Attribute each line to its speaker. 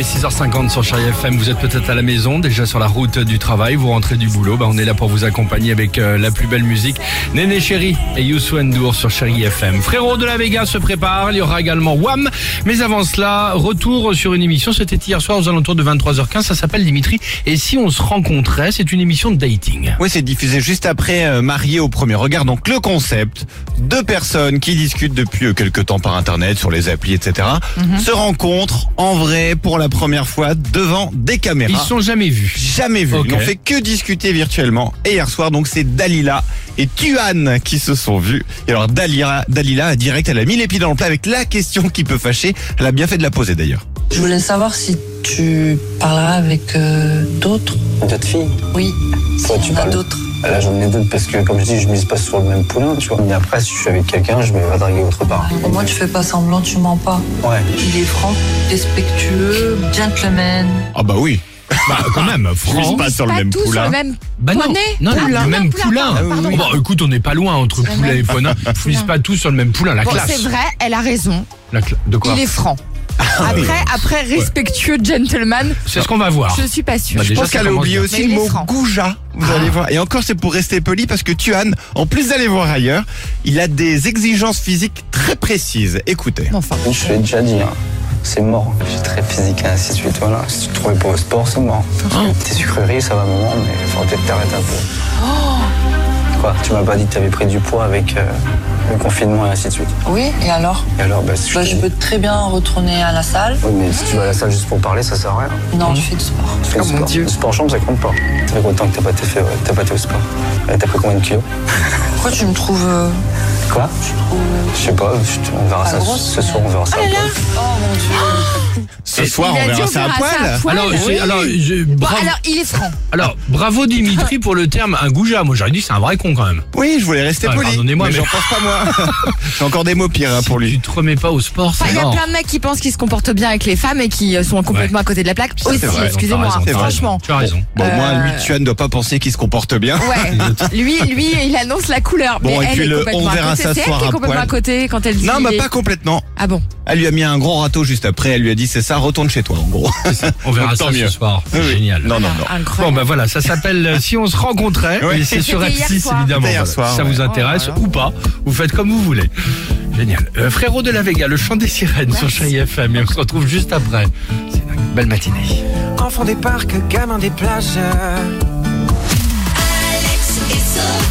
Speaker 1: 6h50 sur Chérie FM, vous êtes peut-être à la maison, déjà sur la route du travail, vous rentrez du boulot, bah on est là pour vous accompagner avec euh, la plus belle musique. Néné Chéri et Youssou N'Dour sur Chérie FM. Frérot de la Vega se prépare, il y aura également Wham. Mais avant cela, retour sur une émission, c'était hier soir aux alentours de 23h15, ça s'appelle Dimitri. Et si on se rencontrait, c'est une émission de dating.
Speaker 2: Oui, c'est diffusé juste après euh, Marié au premier regard. Donc le concept, deux personnes qui discutent depuis euh, quelque temps par internet, sur les applis, etc.,
Speaker 1: Mhm.
Speaker 2: se rencontrent en vrai pour la première fois devant des caméras.
Speaker 1: Ils se sont jamais vus.
Speaker 2: jamais vus.
Speaker 1: Ok.
Speaker 2: Ils n'ont fait que discuter virtuellement. Et hier soir, donc c'est Dalila et Tuan qui se sont vus. Et alors Dalila, Dalila direct, elle a mis les pieds dans le plat avec la question qui peut fâcher. Elle a bien fait de la poser d'ailleurs.
Speaker 3: Je voulais savoir si tu parleras avec euh, d'autres.
Speaker 4: D'autres filles
Speaker 3: Oui,
Speaker 4: Toi,
Speaker 3: si
Speaker 4: tu
Speaker 3: tu as
Speaker 4: parles.
Speaker 3: d'autres.
Speaker 4: Là, j'en ai d'autres parce que, comme je dis, je mise pas sur le même poulain, tu vois. Mais après, si je suis avec quelqu'un, je me vais draguer autre part.
Speaker 3: Pour moi, tu fais pas semblant, tu mens pas.
Speaker 4: Ouais.
Speaker 3: Il est franc, respectueux, gentleman.
Speaker 2: Ah bah oui.
Speaker 1: Bah quand même, franc.
Speaker 2: Ils pas sur le même
Speaker 5: tous
Speaker 2: poulain.
Speaker 5: sur le même
Speaker 1: Bah non,
Speaker 5: Poney
Speaker 1: non,
Speaker 5: Poulain.
Speaker 1: le même
Speaker 5: Poulain,
Speaker 1: poulain.
Speaker 5: poulain, pardon.
Speaker 1: Bon, bah, écoute, on n'est pas loin entre
Speaker 5: Le
Speaker 1: poulet
Speaker 5: même
Speaker 1: et ponin. Ils
Speaker 5: poulain.
Speaker 1: finissent pas tous sur le même poulain, la
Speaker 5: Bon, c'est
Speaker 1: classe.
Speaker 5: vrai, elle a raison.
Speaker 1: La cla- de quoi
Speaker 5: Il est franc.
Speaker 1: Ah
Speaker 2: oui. Ah.
Speaker 5: Après, après respectueux gentleman,
Speaker 1: C'est ce qu'on va voir.
Speaker 5: je suis pas sûre.
Speaker 1: Bah,
Speaker 2: Je
Speaker 1: Déjà,
Speaker 2: pense
Speaker 1: ça
Speaker 2: qu'elle a
Speaker 1: commence
Speaker 2: oublié
Speaker 1: bien.
Speaker 2: aussi
Speaker 5: Mais
Speaker 2: le
Speaker 5: il est
Speaker 2: mot
Speaker 5: franc.
Speaker 2: goujat. Vous allez voir. Et encore, c'est pour rester poli parce que Tuan, en plus d'aller voir ailleurs, il a des exigences physiques très précises. Écoutez.
Speaker 5: Mais Enfin,
Speaker 4: Je te l'ai déjà dit, hein. C'est mort. Je suis très physique et ainsi de suite, voilà. Si tu te trouvais pas au sport, c'est mort.
Speaker 3: Ah.
Speaker 4: Tes sucreries, ça va, maman, mais faudrait peut-être t'arrêter un peu.
Speaker 3: Oh.
Speaker 4: Quoi Tu m'as pas dit que t'avais pris du poids avec euh, le confinement et ainsi de suite.
Speaker 3: Oui, et alors
Speaker 4: Et alors, bah, si
Speaker 3: Bah,
Speaker 4: je
Speaker 3: Je
Speaker 4: te-
Speaker 3: peux très bien retourner à la salle.
Speaker 4: Oui, mais si tu vas à la salle juste pour parler, ça sert à rien.
Speaker 3: Non, je fais du sport.
Speaker 4: Tu fais du
Speaker 3: Oh mon
Speaker 4: sport.
Speaker 3: Dieu.
Speaker 4: Le sport en chambre, ça compte pas. Ça fait autant que t'as pas été fait, ouais, t'as pas été au sport. Et T'as pris combien de kilos
Speaker 3: Pourquoi tu me trouves. euh,
Speaker 4: Quoi
Speaker 3: tu trouves, euh,
Speaker 4: Je sais pas, je te- on verra
Speaker 3: Pas
Speaker 4: ça
Speaker 3: grosse,
Speaker 4: ce soir, on verra ça. après.
Speaker 3: Oh mon dieu.
Speaker 2: Ce soir, on
Speaker 5: il a dit
Speaker 2: verra
Speaker 5: on
Speaker 2: ça à
Speaker 5: verra
Speaker 2: poil.
Speaker 5: poil.
Speaker 1: Alors, c'est-
Speaker 5: Oui.
Speaker 1: alors,
Speaker 5: Bon,
Speaker 1: je- bravo,
Speaker 5: alors, il est franc.
Speaker 1: alors, bravo Dimitri pour le terme un goujat. Moi, j'aurais dit c'est un vrai con quand même.
Speaker 2: Oui, je voulais rester
Speaker 1: Ah,
Speaker 2: poli.
Speaker 1: pardonnez-moi,
Speaker 2: mais
Speaker 1: mais-
Speaker 2: j'en pense pas moi. J'ai encore des mots pires hein, pour
Speaker 1: Si
Speaker 2: lui.
Speaker 1: Tu te remets pas au sport,
Speaker 5: Enfin,
Speaker 1: c'est
Speaker 5: il y a
Speaker 1: mort.
Speaker 5: plein de mecs qui pensent qu'ils se comportent bien avec les femmes et qui euh, sont complètement à côté de la plaque.
Speaker 2: c'est
Speaker 5: Aussi,
Speaker 2: vrai, t'as
Speaker 5: excusez-moi, hein,
Speaker 1: raison, t'as
Speaker 5: franchement.
Speaker 1: Tu as raison.
Speaker 2: Bon, au moins,
Speaker 5: Euh,
Speaker 2: lui, Tuan ne doit pas penser qu'il se comporte bien.
Speaker 5: Ouais, lui, lui, il annonce la couleur.
Speaker 2: Bon,
Speaker 5: mais
Speaker 2: et
Speaker 5: elle
Speaker 2: puis
Speaker 5: est
Speaker 2: le
Speaker 5: complètement
Speaker 2: on
Speaker 5: à
Speaker 2: verra
Speaker 5: côté.
Speaker 2: ça
Speaker 5: C'est
Speaker 2: ce
Speaker 5: elle
Speaker 2: soir
Speaker 5: qui
Speaker 2: à
Speaker 5: est complètement
Speaker 2: poil.
Speaker 5: à côté quand elle dit.
Speaker 2: Non,
Speaker 5: il
Speaker 2: mais
Speaker 5: est-
Speaker 2: pas complètement.
Speaker 5: Ah bon
Speaker 2: Elle lui a mis un grand râteau juste après. Elle lui a dit c'est ça, retourne chez toi en gros.
Speaker 1: On verra
Speaker 2: Donc,
Speaker 1: ça
Speaker 2: tant mieux.
Speaker 1: ce soir. C'est
Speaker 2: Oui, oui.
Speaker 1: génial.
Speaker 2: Non, non, non.
Speaker 1: Bon
Speaker 5: Ah, Incroyable.
Speaker 1: bah voilà, ça s'appelle euh, Si on se rencontrait,
Speaker 2: Ouais.
Speaker 1: et c'est sur
Speaker 5: C'était hier
Speaker 1: M6
Speaker 5: soir.
Speaker 1: évidemment.
Speaker 2: C'était hier
Speaker 1: Voilà.
Speaker 2: soir,
Speaker 1: Si ça vous
Speaker 2: ouais.
Speaker 1: intéresse
Speaker 5: Oh là là.
Speaker 1: ou pas, vous faites comme vous voulez. Génial. Euh, frérot de la Vega, le chant des sirènes sur
Speaker 5: Merci.
Speaker 1: Chérie FM, et on se retrouve juste après. C'est dingue. Belle matinée.
Speaker 6: Enfant des parcs, gamin des plages.
Speaker 7: Alex et Sophie.